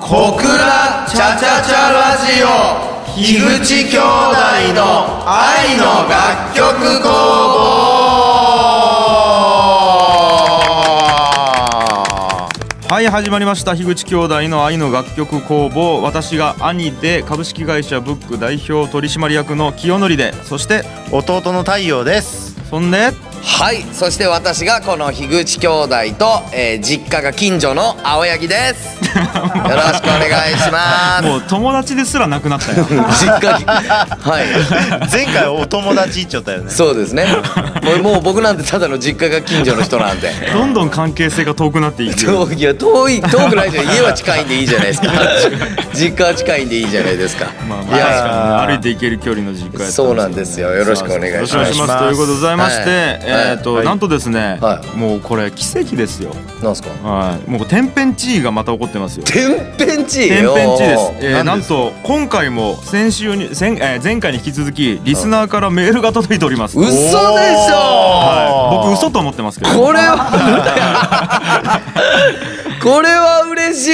小倉チャチャチャラジオ樋口兄弟の愛の楽曲工房はい始まりました樋口兄弟の愛の楽曲工房私が兄で株式会社ブック代表取締役の清則でそして弟の太陽ですそんではいそして私がこの樋口兄弟と、えー実家が近所の青柳です よろしくお願いしますもう友達ですらなくなったよ実家にはい前回お友達いっちゃったよ ねそうですねもうもう僕なんてただの実家が近所の人なんでどんどん関係性が遠くなっていく遠いや遠い遠くないじゃん家は近いんでいいじゃない ですか実家は近いんでいいじゃないですか、まあいまやあ確かにね歩いていける距離の実家やったですけどそうなんですよよろしくお願いしよろますくお願いしますということでございまして、はいえっ、と、はいなんとですね、はもうこれ奇跡ですよなんすかはいもう天変地異がまた起こってますよ天変地異天変地異です、えー、ななんんですと今回も先週に前,、えー前回に引き続きリスナーからメールが届いております嘘でしょはい、僕嘘と思ってますけどこれ はこれは嬉しい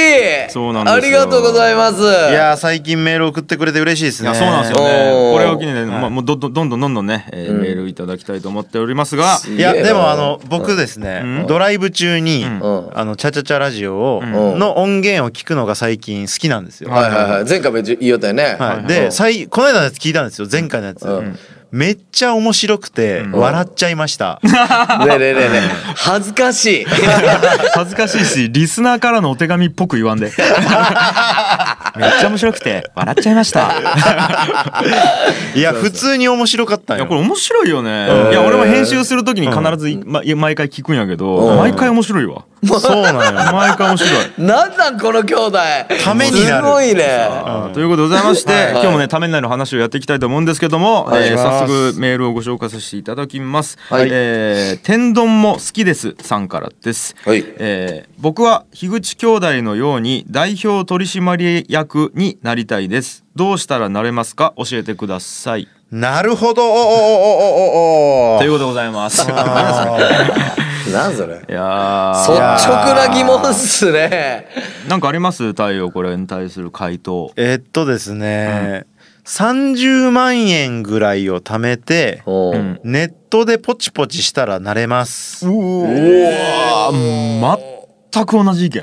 そうなんですよありがとうございますいやー最近メール送ってくれて嬉しいですいねやそうなんですよねおーこれを機にね、まあ、もうどどどんどんどんどんね、えーうんメールいただきたいと思っておりますが、すいげえやなでもあの僕ですねうんドライブ中にうんうんあのチャチャチャラジオをんの音源を聞くのが最近好きなんですよはいはいはい前回も言いよったよね、はいでさいこの間のやつ聞いたんですよ前回のやつうんめっちゃ面白くてうん笑っちゃいましたねえねえねえねえ恥ずか しい恥ずかしいしリスナーからのお手紙っぽく言わ んでめっちゃ面白くて笑っちゃいましたいや普通に面白かったいよやこれ面白いよね、うんいや俺も編集するときに必ずい、ま、いや毎回聞くんやけど、うん毎回面白いわそうなのよ毎回面白いなんなんこの兄弟ためになるすごいねあーということでございまして、はいはい今日もねためになる話をやっていきたいと思うんですけども、願いえしーます早速メールをご紹介させていただきます、はいえー天丼も好きですさんからです、はいえー僕は樋口兄弟のように代表取締役になりたいですどうしたらなれますか教えてくださいなるほどおおおおおおということでございますいあなん それや率ー直な疑問っすねなんかあります太陽これに対する回答ーえっとですね30万円ぐらいを貯めておううんネットでポチポチしたらなれます。おー全く同じ意見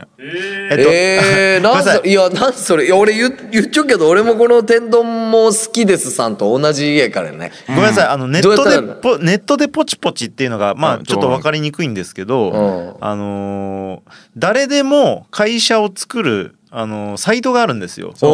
ええー、 ごめんななんそされいやなんそれいや俺言う言っちゃうけど俺もこの天丼も好きですさんと同じ家からねごめんなさい、あのネットどうやったでらポネットでポチポチっていうのがまうあんちょっと分かりにくいんですけど、うんあのー誰でも会社を作るあのーサイトがあるんですよ。おう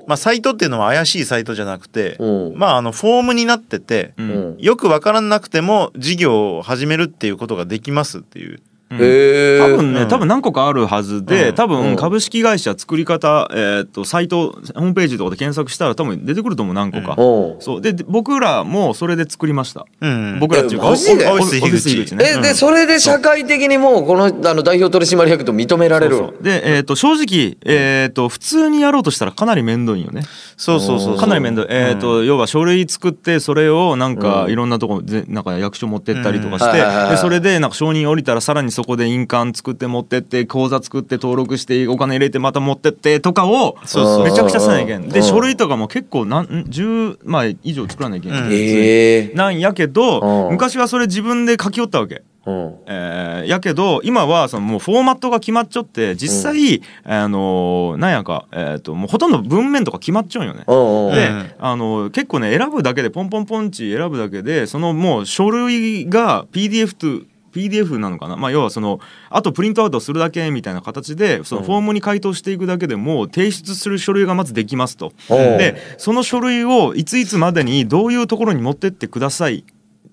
おうまあサイトっていうのは怪しいサイトじゃなくて、うんまああのフォームになってて、うおう、んうん、よく分からなくても事業を始めるっていうことができますっていう。うえんー、多分ね、うん多分何個かあるはずで、うん多分、うん株式会社作り方、えーっとサイトホームページとかで検索したら多分出てくると思う何個か、おうそうでで僕らもそれで作りました、うん、僕らっていうかえマジでオフィオフィスオフィス樋口ねえうんでそれで社会的にもうこのあの代表取締役と認められるそうそうで、えーっと正直、えーっと普通にやろうとしたらかなり面倒いよねそうそうそうそう。かなり面倒い、えーっと要は書類作ってそれをなんかうんいろんなとこぜなんか役所持ってったりとかして、うんはいはいはいでそれでなんか承認降りたらさらにそこで印鑑作って持ってって口座作って登録してお金入れてまた持ってってとかをそうそうめちゃくちゃせなきゃいけんうでん書類とかも結構なん10枚以上作らなきゃいけない、うんんですよ、ええなんやけうどん昔はそれ自分で書き寄ったわけ。うんえーやけど今はそのもうフォーマットが決まっちゃって実際、あのーなんやか、えー、ともうほとんど文面とか決まっちゃうんよね。うんうんで、うんあの結構ね選ぶだけでポンポンポンチ選ぶだけでそのもう書類が PDF と PDF なのかな、まあ、要はそのあとプリントアウトするだけみたいな形でそのフォームに回答していくだけでもう提出する書類がまずできますと。おうでその書類をいついつまでにどういうところに持ってってください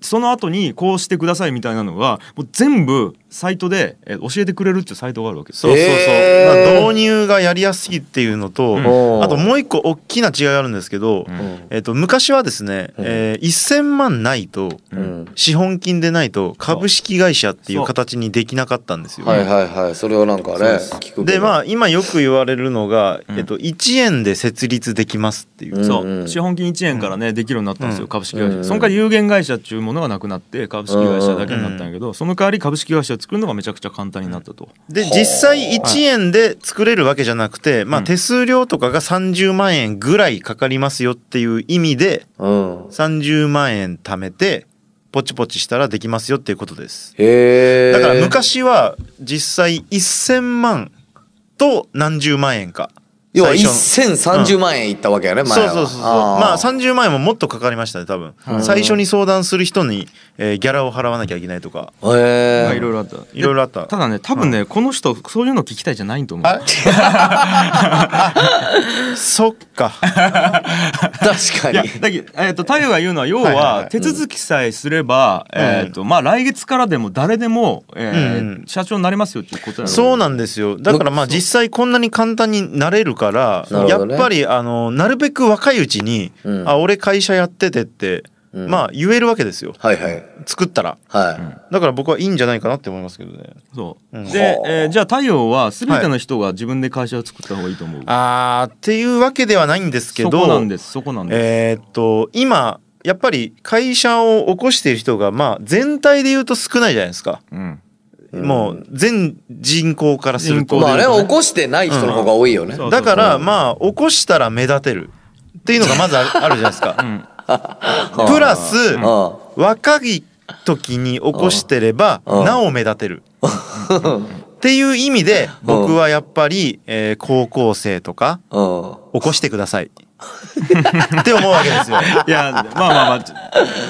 その後にこうしてくださいみたいなのがもう全部サイトでえー教えてくれるっていうサイトがあるわけです。そうそうそう、えーまあ、導入がやりやすいっていうのと、うんあともう一個大きな違いがあるんですけど、うんうんえっと昔はですね、うんえー1,000万ないとうん資本金でないと株式会社っていそうう形にできなかったんですよ。はいはいはいそれをなんかね聞くでまああ今よく言われるのが、うんえっと1円で設立できますっていう。うんそう、ん資本金1円からね、できるようになったんですよ、うん株式会社、うんその代わり有限会社っていうものがなくなって株式会社だけになったんやけど、その代わり株式会社を作るのがめちゃくちゃ簡単になったと。でほう実際1円で作れるわけじゃなくて、まうあ、ん手数料とかが30万円ぐらいかかりますよっていう意味でうん。 30万円貯めてポチポチしたらできますよっていうことですへえ。だから昔は実際1000万と何十万円か要は最初の1030万円いったわけやね、前そうは。そうそうそうあーまあ30万円ももっとかかりましたね多分ん最初に相談する人に、えーギャラを払わなきゃいけないとかへまあえい。ろいろあった。いろいろあったただね、多分ね、この人そういうの聞きたいじゃないと思う。そっか確いかやに。だけどえっと太陽が言うのはは要いはいははい手続きさえすれば、んえっとまあ来月からでも誰でも、えーうん社長になれますよっていうことやろ そうなんですよだからまあ実際こんなに簡単になれるからなるやほっどねぱりあのなるべく若いうちに「うんあ俺会社やってて」って、うんまあ言えるわけですよはいはい。作ったらはだから僕はいいんじゃないかなって思いますけどねそう、うんでほ、うえーじゃあ太陽は全ての人が自分で会社を作った方がいいと思う、あーっていうわけではないんですけそどこなんですそこなんです、えーっと今やっぱり会社を起こしている人がまあ全体で言うと少ないじゃないですか、うん、い。もう全人口からする人口とまあね、こういうことね起こしてない人の方が多いよね。そうだからまあ起こしたら目立てるっていうのがまずある あるじゃないですうかん プラスうん。あ若い時に起こしてればうんなお目立 てるっていう意味で僕はやっぱり、えー高校生とかあうん。起こしてくだ さいって思うわけですよいやまあまあまあちょ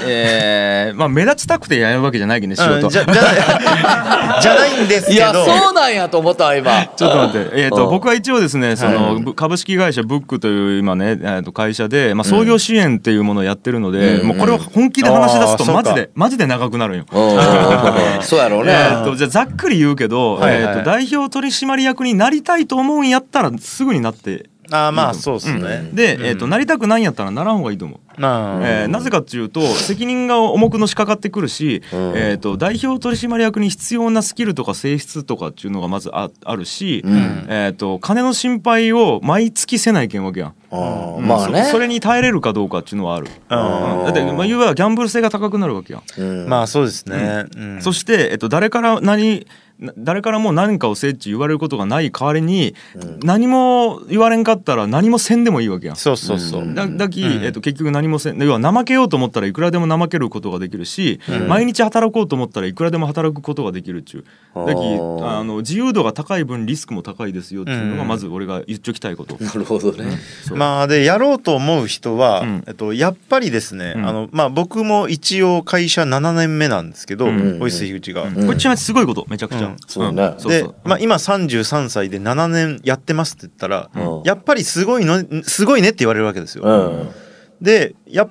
えーまあ目立ちたくてやるわけじゃないけどね仕うん事、じゃじゃじゃないんですいけや、どそうなんやと思ったわ、今。ちょっと待 って、えー、うとん僕は一応ですねその、ぶ株式会社ブックという今ね、えー、と会社で、まあ、創業支援っていうものをやってるので、うんもうこれを本気で話し出すとうんあーそマうかジでマジで長くなるんよ。うん。そうやろうえね。ー、とじゃあざっくり言うけど、はいはいえー、と代表取締役になりたいと思うんやったらすぐになってあーまあそうですね、で、えー、となりたくないんやったらならん方がいいと思う。まあ、えーなぜかっていうと責任が重くのしかかってくるし、えー、と代表取締役に必要なスキルとか性質とかっていうのがまずああるし、えー、と金の心配を毎月せないけんわけやん、うんうんまあね。そそれに耐えれるかどうかっていうのはある、うんうんだって、まあ、いわばギャンブル性が高くなるわけやん、うんまあそうですね、うんそして、えっと、誰から何な誰からも何かをせえって言われることがない代わりに、何も言われんかったら何もせんでもいいわけやんそうそうそう、うんだだき、うんえっと、結局何もせん要は怠けようと思ったらいくらでも怠けることができるし、毎日働こうと思ったらいくらでも働くことができるっちゅうあーだきあの自由度が高い分リスクも高いですよっていうのがうんまず俺が言っちょきたいこと。なるほどね。そうまあでやろうと思う人は、うんえっと、やっぱりですね、うんあのまあ、僕も一応会社7年目なんですけど、うんオイス樋口が。うんこれちなみにすごいことめちゃくちゃ、うんそうねんでまあ、今33歳で7年やってますって言ったら、うんやっぱりすごいのすごいねって言われるわけですよ。うん。でやっ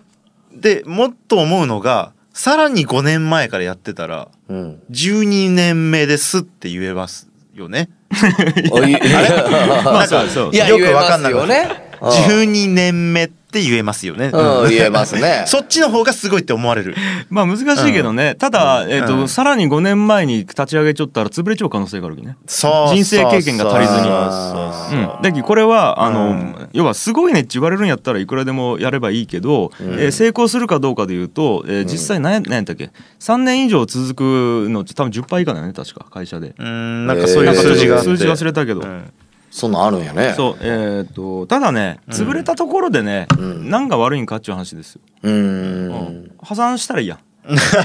でもっと思うのがさらに5年前からやってたらうん。 12年目ですって言えますよね。おいま なあんかそうそういや、よ言くえわまかんなすかよったね。 12年目って言えますよね。うんう、うんん言えますね。 そっちの方がすごいって思われる。まあ難しいけどね、ただ、えーとうんさらに5年前に立ち上げちょったら潰れちゃう可能性があるわけね。そう人生経験が足りずにそうそうそううん、だけどこれはあの、うん要はすごいねって言われるんやったらいくらでもやればいいけど、えー成功するかどうかでいうと、えー実際何や何やったっけ3年以上続くのって多分10倍以下だよね確か会社で。うーんなんかそういなうんか数字があって、数字忘れたけど、うんそんなんあるんやね。そうえっ、とただね潰れたところでね、何が悪いんかっていう話ですよ、う。うんん、破産したらいいやん そ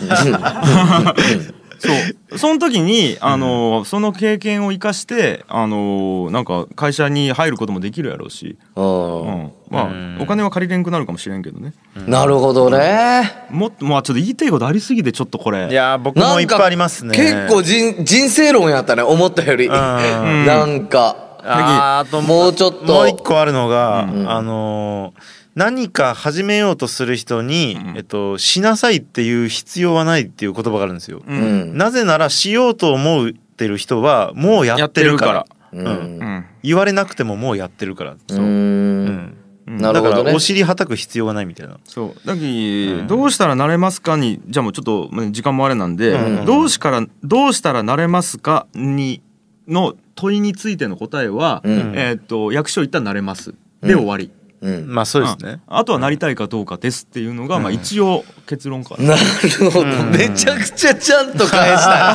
うその時に、あのその経験を生かして、あのなんか会社に入ることもできるやろうし、うんううんん、まあ、うんお金は借りれんくなるかもしれんけどねなるほどね。もっとまあちょっと言いたいことありすぎてちょっとこれいやー僕なもんいっぱいかありますね。結構人人生論やったね、思ったより。ん なんか。あーあともうちょっと。もう一個あるのが、あのー何か始めようとする人に、えっとしなさいっていう必要はないっていう言葉があるんですよ。ううんん。なぜならしようと思ってる人はもうやってるから。ううんん。言われなくてももうやってるから。う。うんんうんなるほだどかねらお。尻はたく必要がないみたいな。そうだき、どうしたらなれますかにじゃあもうちょっとまあ時間もあれなんで、うんどうしからどうしたらなれますかにの問いについての答えは、うんえーっと役所行ったらなれますで終わり、うんまあそうですね。あとはなりたいかどうかですっていうのが、まあ一応結論かな、なるほど、めちゃくちゃちゃんと返 した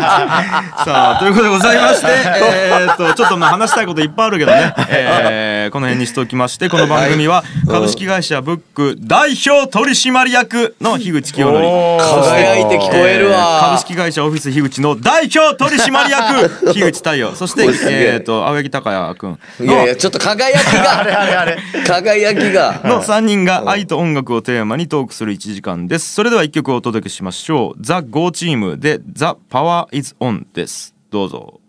さあということでございま してえーっとちょっとまあ話したいこといっぱいあるけどね、えーこの辺にしておきましてこの番組は株式会社ブック代表取締役の樋口清則おー輝いて聞こえるわえー株式会社オフィス樋口の代表取締 役樋口太陽そしておいすげええーっと青柳孝也君いやいやちょっと輝き あれがあれあれ。輝きがの3人が愛と音楽をテーマにトークする1時間ですそれでは1曲をお届けしましょうザ・ゴーチームで「ザ・パワー・イズ・オン」ですどうぞ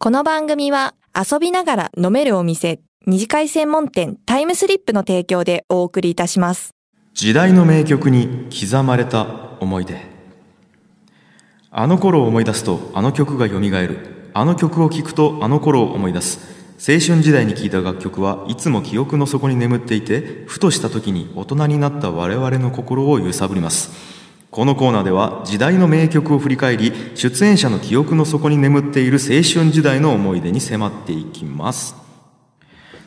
この番組は遊びながら飲めるお店、二次会専門店タイムスリップの提供でお送りいたします。時代の名曲に刻まれた思い出あの頃を思い出すとあの曲がよみがえるあの曲を聴くとあの頃を思い出す青春時代に聴いた楽曲はいつも記憶の底に眠っていてふとした時に大人になった我々の心を揺さぶりますこのコーナーでは時代の名曲を振り返り出演者の記憶の底に眠っている青春時代の思い出に迫っていきます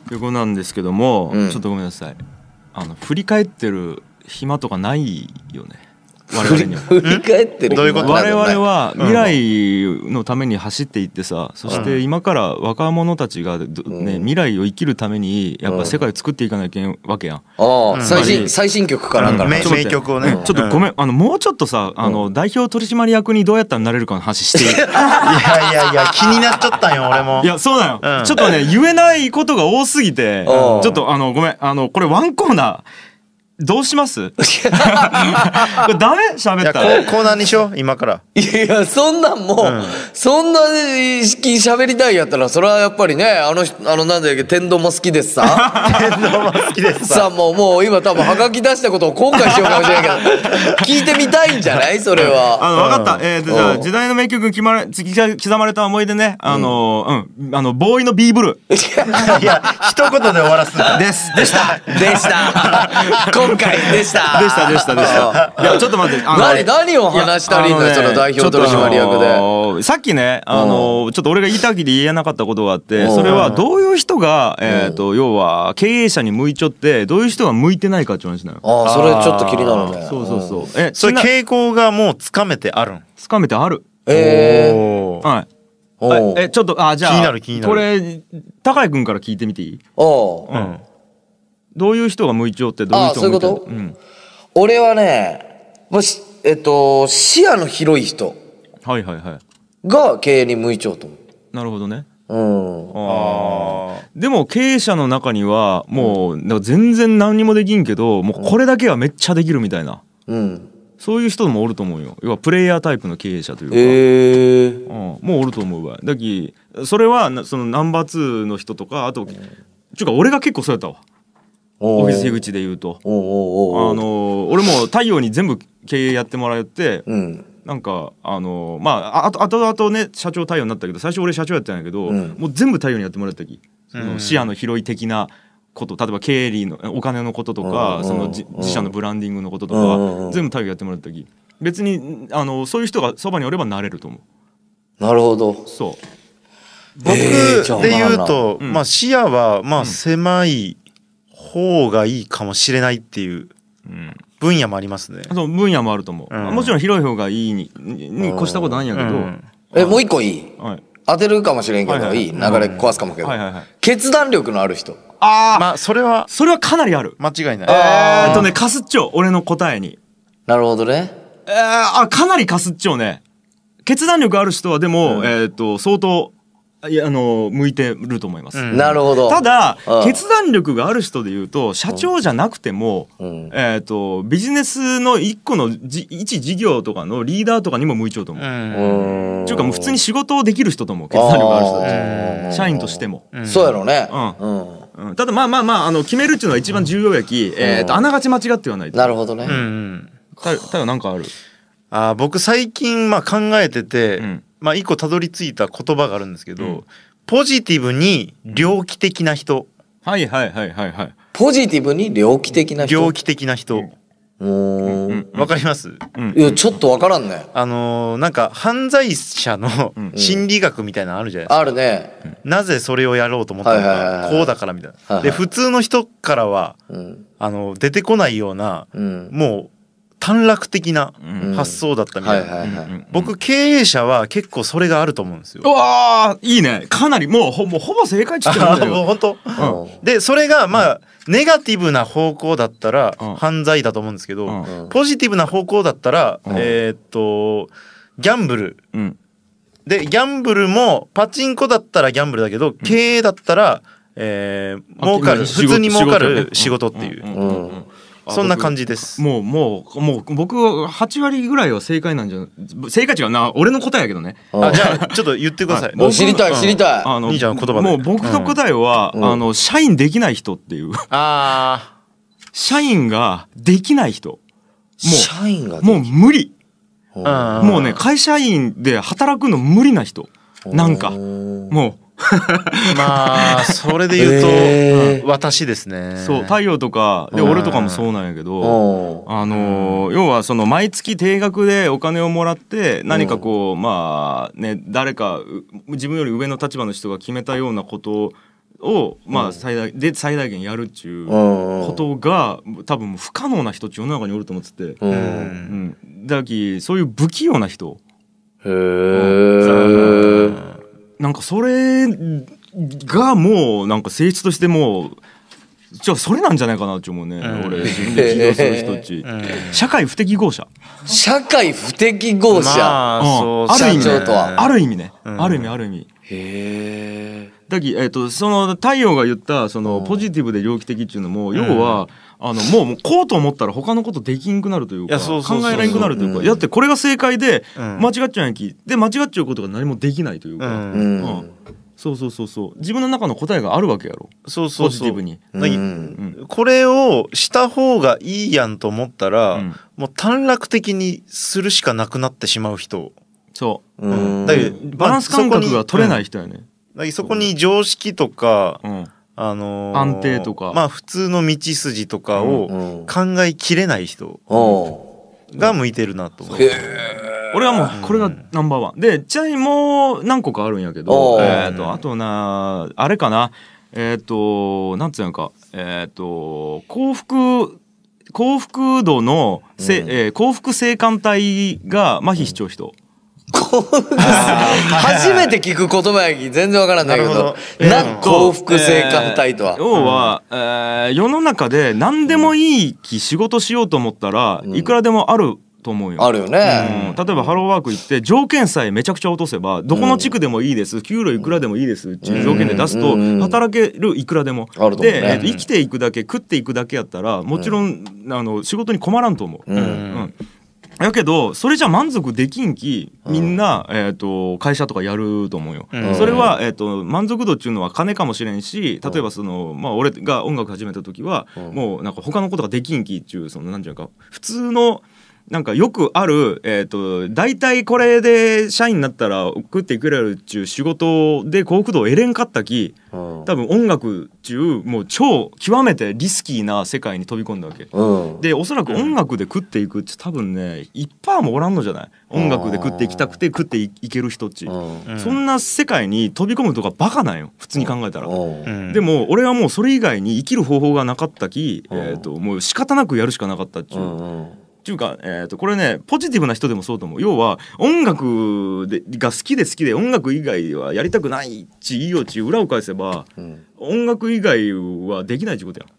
ということなんですけども、うんちょっとごめんなさいあの振り返ってる暇とかないよね我振々りには 振り返ってるどういうこと我々は未来のために走っていってさそして今から若者たちがどねうん未来を生きるためにやっぱ世界を作っていかなきゃいけんわけやん。ああ、うん最う新ん最新曲からだから、名ちょっと待っ名て曲をうねん。ちょっとごん。めんあのもうちょっとさあの代表取締役にどうやったらなれるかの話していいいやいやいや気になっちゃったんよ俺も。いやそうなうのんちょっとね言えないことが多すぎてちうょんっとあのごめんあのこれワンコーナーどうします これダメい喋やったこらうコーナーにしよう今から。い やいやそんなんもう、うんそんな意識喋りたいんやったらそれはやっぱりねあの人あのなんだっけ天丼も好きです さ天童も好きですささ。あもうもう今多分はがき出したことを後悔しようかもしれな いけど聞いてみたいんじゃないそれはあの、わかった。えーと、じゃうあ、ん時代の名曲決まれ、刻刻まれた思い出ね。あの、うん。あの、ボーイの B ブルー いや一言で終わらすんだ。です。でした。でした今回でし たでした、でした、でした。いや、ちょっと待って。あの何何を話したらいいのよやあねその代表取締役ちょっとあでのーさっきね、あのーちょっと俺が言いたきで言えなかったことがあって、うんそれはどういう人が、えっと、要は、経営者に向いちょって、どういう人が向いてないかって話なのよ。ああそれちょっと気になるねそうそうそう。え、そそれれ、傾向がもうつかめてあるん。つかめてある。えおーはい。ー、おうえ、ちょっと、あ、じゃあ、気になる気になるこれ、高井くんから聞いてみていいおううん。どういう人が向いちょうってどういう人が向いてあそういうことんだ俺はねもしえっと視野の広い人うん、はいはいはいが経営に向いちゃうと思うなるほどねうんあでも経営者の中にはもうだから全然何にもできんけどもうこれだけはめっちゃできるみたいなうん。そういう人もおると思うよ要はプレイヤータイプの経営者というか、ええ。うん、もうおると思うわだきそれはなそのナンバー2の人とかあとちゅうか俺が結構そうやったわおオフィス樋口で言うとおうあおうおう。の。ー俺も太陽に全部経営やってもらってうん。なんかあのまああとあとあとね社長対応になったけど最初俺社長やったんやけど、うんもう全部対応にやってもらったきそうんの視野の広い的なこと例えば経理のお金のこととうかんそのうじん自社のブランディングのこととうんか全部対応やってもらったき別にあのそういう人がそばにおればなれると思うなるほど。そ僕えーじゃあで言うと、うんまあ視野はまあ狭い方がいいかもしれないっていうう、うん、分野もありますね。その分野もあると思う、うんもちろん広い方がいいににに越したことないんやけど、うんえ、もう一個いいはい、当てるかもしれんけはいど、はいいい流れ壊すかもけどはい。はいはい決断力のある人。あー、まあそれはそれはかなりある間違いない。えーっとねかすっちょ俺の答えになるほどね。えーあかなりかすっちょうね決断力ある人はでも、えーっと相当いやあの向いてると思います、うんなるほど。た。だうん決断力がある人で言うと社長じゃなくても、うん。えーっとビジネスの一個のじ一事業とかのリーダーとかにも向いちゃうと思う、ううーん。っていうかもう普通に仕事をできる人と思う決断決力がある人たちあー社員としても、ん。そうやろね。ううん。うんただまあまあまああの決めるっていうのは一番重要やき、えーっとあながち間違ってはないなるほどねう。ん。たただなんかあるあー僕最近まあ考えてて、うんまあ一個たどり着いた言葉があるんですけど、うんポジティブに猟奇的な人、はいはいはいはいはいポジティブに猟奇的な人。猟奇的な人、おうーんわかります、いやちょっとわからんねあのーなんか犯罪者のうん心理学みたいなのあるじゃないですか、あるねなぜそれをやろうと思ったのか、はいはいはいはいこうだからみたいな、はいはいで普通の人からはうんあの出てこないようなうんもう短絡的なうん発想だったみたはいいな、はいはい僕経営者は結構それがあると思うんですよ う。わーいいねかなりもうほもうほぼ正解っちゃってあるんだ もうよ本当うんでそれがまあネガティブな方向だったらうん犯罪だと思うんですけうどんうんポジティブな方向だったらうんえーっとギャンブルうんでギャンブルもパチンコだったらギャンブルだけど経営だったらえー儲かるあ仕普事通に儲か仕事ねる仕事っていうんんんうんあそんな感僕じです。もうもうもう僕は8割ぐらいは正解なんじゃない正解違うな俺の答えやけどねうんあじゃあちょっと言ってくださいあ。僕知りたい知りたいあの兄ちゃんの言葉でもう僕の答えは、うんあの社員できない人っていう あ社員ができない人社員がもう無理うあもうね会社員で働くの無理な人なんかももまあそれで言うと、えうんー私ですねうそう太陽とかでうん俺とかもそうなんやけうどんあのー要はその毎月定額でお金をもらって何かこうまあね誰かう自分より上の立場の人が決めたようなことをまあ最大で最大限やるっちゅううんことが多分もう不可能な人って世の中におると思ってて、ううんうんん、だきそういう不器用な人へーなんかそれがもうなんか性質としてもうじゃあそれなんじゃないかなって思うね、うん俺自分で起業する人っち、うん社会不適合者、社会不適合者まあ、うんそうある意味社長とはある意味ね、うんある意味ある意味へえだき、えっとその太陽が言ったそのポジティブで猟奇的っていうのも、要はあのもうもうこうと思ったら他のことできんくなるというかいやそうそうそう考えられんくなるというか、うんだってこれが正解で、うん間違っちゃうんやきで間違っちゃうことが何もできないといううか、んうんそうそうそうそう自分の中の答えがあるわけやろそうそうそうポジティブに、うだけんこれをした方がいいやんと思ったら、うんもう短絡的にするしかなくなってしまう人、そううんだけど、バランス感覚が取れないい人やね。だけどそこに常識とか、うん。あのー安定とかまあ普通の道筋とかをうん考えきれない人おが向いてるなと思う、うへえ俺はもうこれがナンバーワン。で、ちなみにもう何個かあるんやけおど、ーえっ、と、あとな、あれかな、えっ、と、なんつうんか、えっ、と、幸福、幸福度のせ、うんえー幸福性感帯が麻痺しちゃう人。幸福初めて聞く言葉やき全然わからんだけどなるほどなうん幸福性感帯とはえー要は、えー世の中で何でもいいき仕事しようと思ったら、うんいくらでもあると思うよ。あるようんね例えばハローワーク行って条件さえめちゃくちゃ落とせばどこの地区でもいいです給料いくらでもいいですっていう条件で出すとうん働けるいくらでも。あると思うで、えねっと生きていくだけ食っていくだけやったらもちろん、あの仕事に困らんと思う。ううんんうんやけどそれじゃ満足できんきみんな、えー、と会社とかやると思うよ。うんそれは、えー、と満足度っていうのは金かもしれんし例えばその、まあ、俺が音楽始めた時は、うんもうなんか他のことができんきっていうそのなんていうか普通のなんかよくある、えー、と大体これで社員になったら食っていくれるっちゅう仕事で幸福度を得れんかったきうん多分音楽っちゅうもう超極めてリスキーな世界に飛び込んだわけ。うんでおそらく音楽で食っていくって多分ね1%もおらんのじゃない音楽で食っていきたくて食っていいける人っちうんうんそんな世界に飛び込むとかバカなんよ普通に考えたら。うんうんでも俺はもうそれ以外に生きる方法がなかったき、うんえー、ともう仕方なくやるしかなかったっちゅうう,、んちゅうか、えー、とこれねポジティブな人でもそうと思う要は音楽でが好きで好きで音楽以外はやりたくないっちいいよっち裏を返せばうん音楽以外はできないっちゅうことやん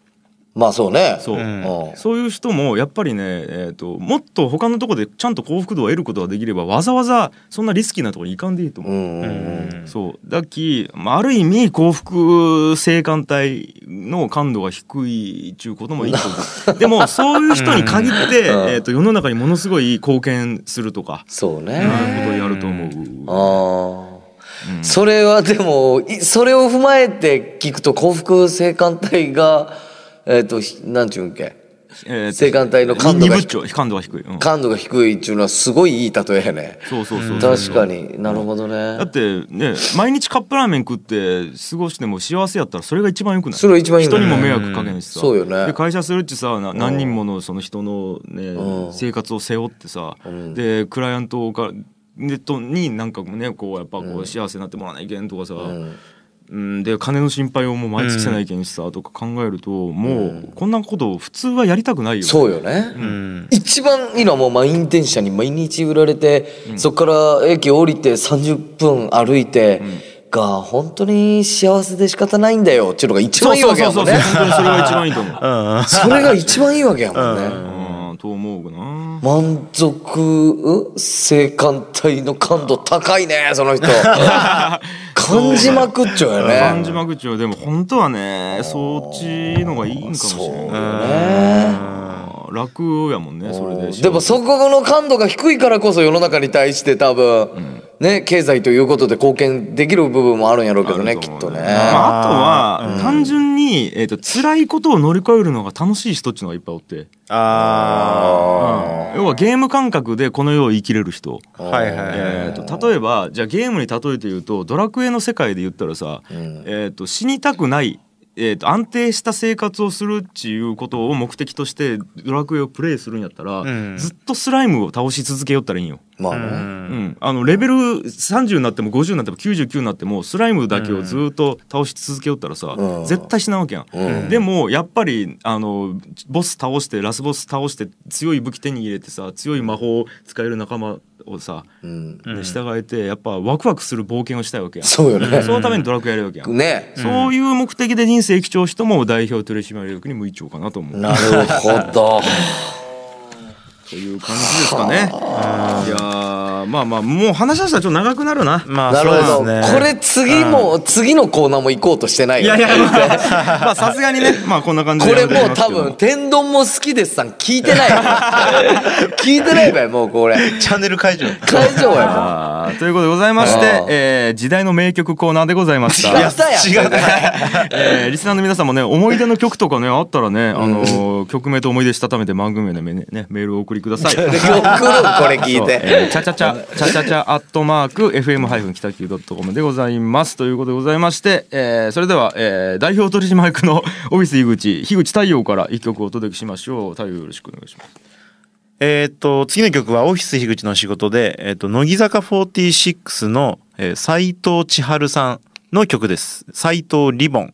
まあそうねそう、うんそういう人もやっぱりね、えー、ともっと他のとこでちゃんと幸福度を得ることができればわざわざそんなリスキーなとこに行かんでいいとう思う。んうんううんんそうだっき、まあ、ある意味幸福性感帯の感度が低いっちゅうこともいいと 思うでもそういう人に限って、うんえー、と世の中にものすごい貢献するとか、そううねんことをやると思う。ああうんそれはでもいそれを踏まえて聞くと幸福性感帯がえっ、とひなんちゅうんっけえー性感帯の感度にが鈍っちょ感度が低い、うん感度が低いっていうのはすごいいい例えやねそうそうそうそう確かになるほどねだってね毎日カップラーメン食って過ごしても幸せやったらそれが一番よくないそれが一番いいんだ人よにねも迷惑かけんしさ、うんそうよねで会社するっちさな何人ものその人の、ねうん生活を背負ってさ、んでクライアントがネットになんかねこうやっぱこう幸せになってもらわないけんとかさ、うんうん、で金の心配をもう毎月せないけんしさとか考えると、もうこんなこと普通はやりたくないよねそうよね、うん一番いいのはもう満員電車に毎日売られて、そこから駅降りて30分歩いて、が本当に幸せで仕方ないんだよっていうのが一そう番いいそわうそけやうそもうんね本当にそれが一番いいと思う うんそれが一番いいわけやもんね、うんと思うな満足性感帯の感度高いね その人感じまくっちゃうよ感ねじま口はでも本当はねそっちのがいいんかもしそうれなよいねあー楽やもんねそれででもそこの感度が低いからこそ世の中に対して多分、ね経済ということで貢献できる部分もあるんやろうけどねきっとね、まあ、あとは単純に、えー、と辛いことを乗り越えるのが楽しい人っちのがいっぱいおって、あ要はゲーム感覚でこの世を生きれる人、あはいはいはいえー、と例えばじゃあゲームに例えて言うとドラクエの世界で言ったらさ、えー、と死にたくない、えー、と安定した生活をするっていうことを目的としてドラクエをプレイするんやったら、んずっとスライムを倒し続けよったらいいんよ。まあね、うん、あのレベル30になっても50になっても99になってもスライムだけをずっと倒し続けよったらさ、うん絶対死なわけやん、でもやっぱりあのボス倒してラスボス倒して強い武器手に入れてさ強い魔法を使える仲間をさ、うん、ね従えてやっぱワクワクする冒険をしたいわけやん、そうよね、そのためにドラクエやるわけやん、ねそういう目的で人生生きちゃう人も代表取締役に向いちゃうかなと思う、なるほどという感じですかねいやーまあまあもう話し出したらちょっと長くなるなまあなるそほうど、ですねこれ次も次のコーナーも行こうとしてないいやよねいや、まあさすがにね、まあこんな感じでこれやっていきもうます多けど。分天丼も好きですさん聞いてないよ聞いてないばいもうこれチャンネル解除会場やあーということでございましあてー、えー時代の名曲コーナーでございましもうやたっ。たや違んうねえーリスナーの皆さんもね思い出の曲とかねあったらね、あのー曲名と思い出したためて番組へのメ,、ね、メールをお送りください。送るこれ聞いて、えー、チャチャチャチャチャチャアットマーク FM ハイフン北九ドットコムでございますということでございまして、えー、それでは、えー、代表取締役のオフィス井口樋口太陽から一曲お届けしましょう。太陽よろしくお願いします。えーっと次の曲はオフィス樋口の仕事で、えーっと乃木坂46のえー斉藤千春さんの曲です斉藤リボン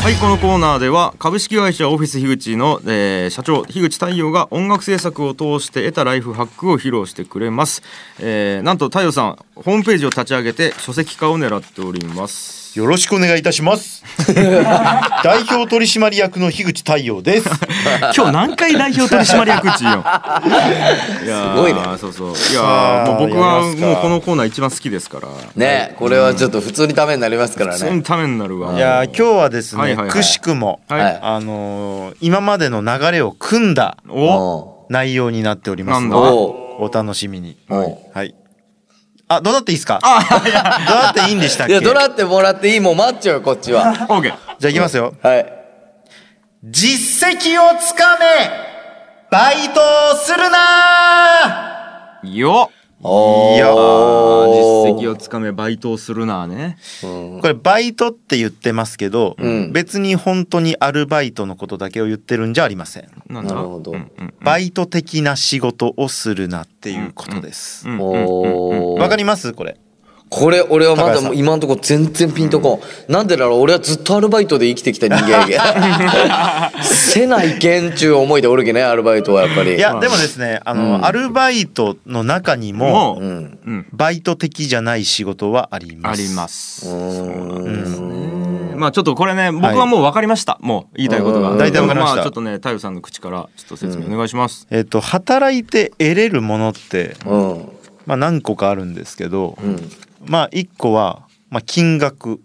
はい、このコーナーでは株式会社オフィス樋口の、えー社長樋口太陽が音楽制作を通して得たライフハックを披露してくれます、えーなんと太陽さんホームページを立ち上げて書籍化を狙っておりますよろしくお願いいたします。代表取締役の樋口太陽です。今日何回代表取締役っちいよいやーすごいねそうそういやーもう僕はやりますかもうこのコーナー一番好きですからクねこれはちょっと普通にためになりますからそのねためになるわいやー今日はですね、はいはいはいくしくも、はい、はいあのー今までの流れを組んだお内容になっておりますうんのでおお楽しみにうおうはいあどうなっていいですかどうなっていいんでしたっいけやじどゃあなってもらっていいもう待っちゃうよこっちは OK いきますよはい実績をつかめバイトをするなよおーいやあー実績をつかめバイトをするなーねこれバイトって言ってますけど、ん別に本当にアルバイトのことだけを言ってるんじゃありませんななるほどうんうんバイト的な仕事をするなっていうことですう。んうんおーわかりますこれ。これ俺はま高だ橋さん今のところ全然ピンとこん、なんでなら俺はずっとアルバイトで生きてきた人間やけん せないけんちゅう思いでおるけねアルバイトはやっぱりいやでもですね、あの、アルバイトの中にももう、うんうん、バイト的じゃない仕事はありまあす。ります。うーんそうなんですね。まあちょっとこれね僕はもう分かりました、もう言いたいことがうん大体分かりましたでもあちょっとね太陽さんの口からちょっと説明お願いします、えっと働いて得れるものって、うんまあ、何個かあるんですけど、うんまあ1個は、まあ、金額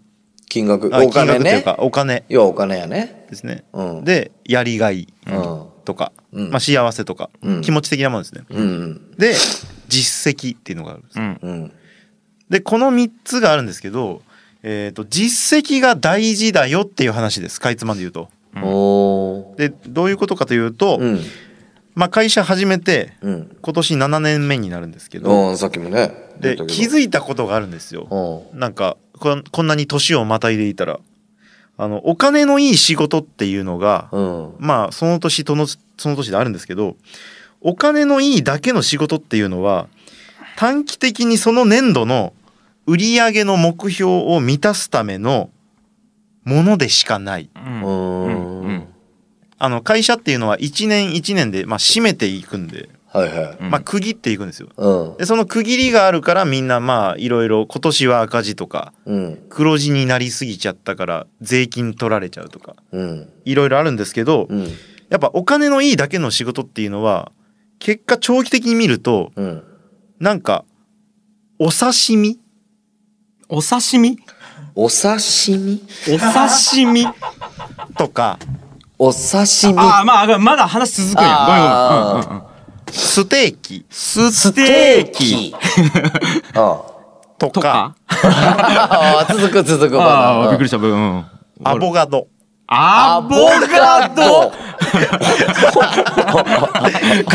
金額あお金金額といねうかお金要はお金やねですね、うんでやりがいうんとか、うんまあ、幸せとか、うん気持ち的なものですね、うんで実績っていうのがあるんです、うんうんでこの3つがあるんですけど、えっと実績が大事だよっていう話ですかいつまんで言うと。おーでどういうことかというと、うんまあ、会社始めてうん今年7年目になるんですけど、うんさっきもねで気づいいたことがあるんですよ。おなんかこんこんなに年をまたいでいたらあのお金のいい仕事っていうのが、うんまあその年とのその年であるんですけどお金のいいだけの仕事っていうのは短期的にその年度の売り上げの目標を満たすためのものでしかない。うんうんうんうんあの会社っていうのは1年1年で、まあ、締めていくんで、はいはいうんまあ、区切っていくんですよ。うんでその区切りがあるからみんなまあいろいろ今年は赤字とかうん黒字になりすぎちゃったから税金取られちゃうとかうんいろいろあるんですけどうんやっぱお金のいいだけの仕事っていうのは結果長期的に見るとうんなんかお刺身お刺身お刺身お 刺身とかお刺身ああまあまだ話続くんやごめんごめん、うんうんうん、ステーキステーキあとかとかあ続く続くああびっくりりした、うん、アボガドアボガド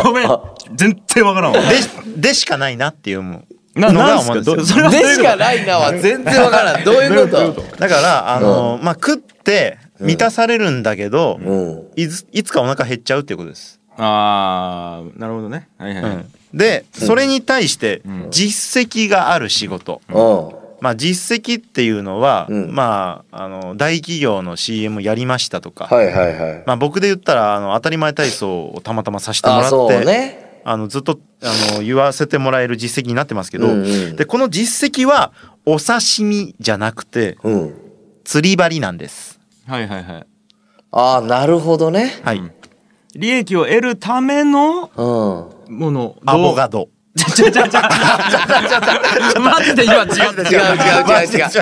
ごめん全然わからんわででしかないなっていうもうなのながんす思うかんですよどそれはどうでいうしことかないなは全然わからんどういうどこういうとことだからあの、まあ食って満たされるんだけど、うんいついつかお腹減っちゃうっていうことです。ああなるほどねはいはい、はいでそれに対して実績がある仕事、うんまあ、実績っていうのは、うんまあ、あの大企業の CM やりましたとか、はいはいはいまあ、僕で言ったらあの当たり前体操をたまたまさせてもらあっそうて、ねあのずっとあの言わせてもらえる実績になってますけど、うんうんでこの実績はお刺身じゃなくてうん釣り針なんです。はいはいはいああなるほどねはい、利益を得るためのうんものアボガドドちゃちゃちゃちゃマジで今違う違う違う違う違う違う違う違う違 うアボガドじ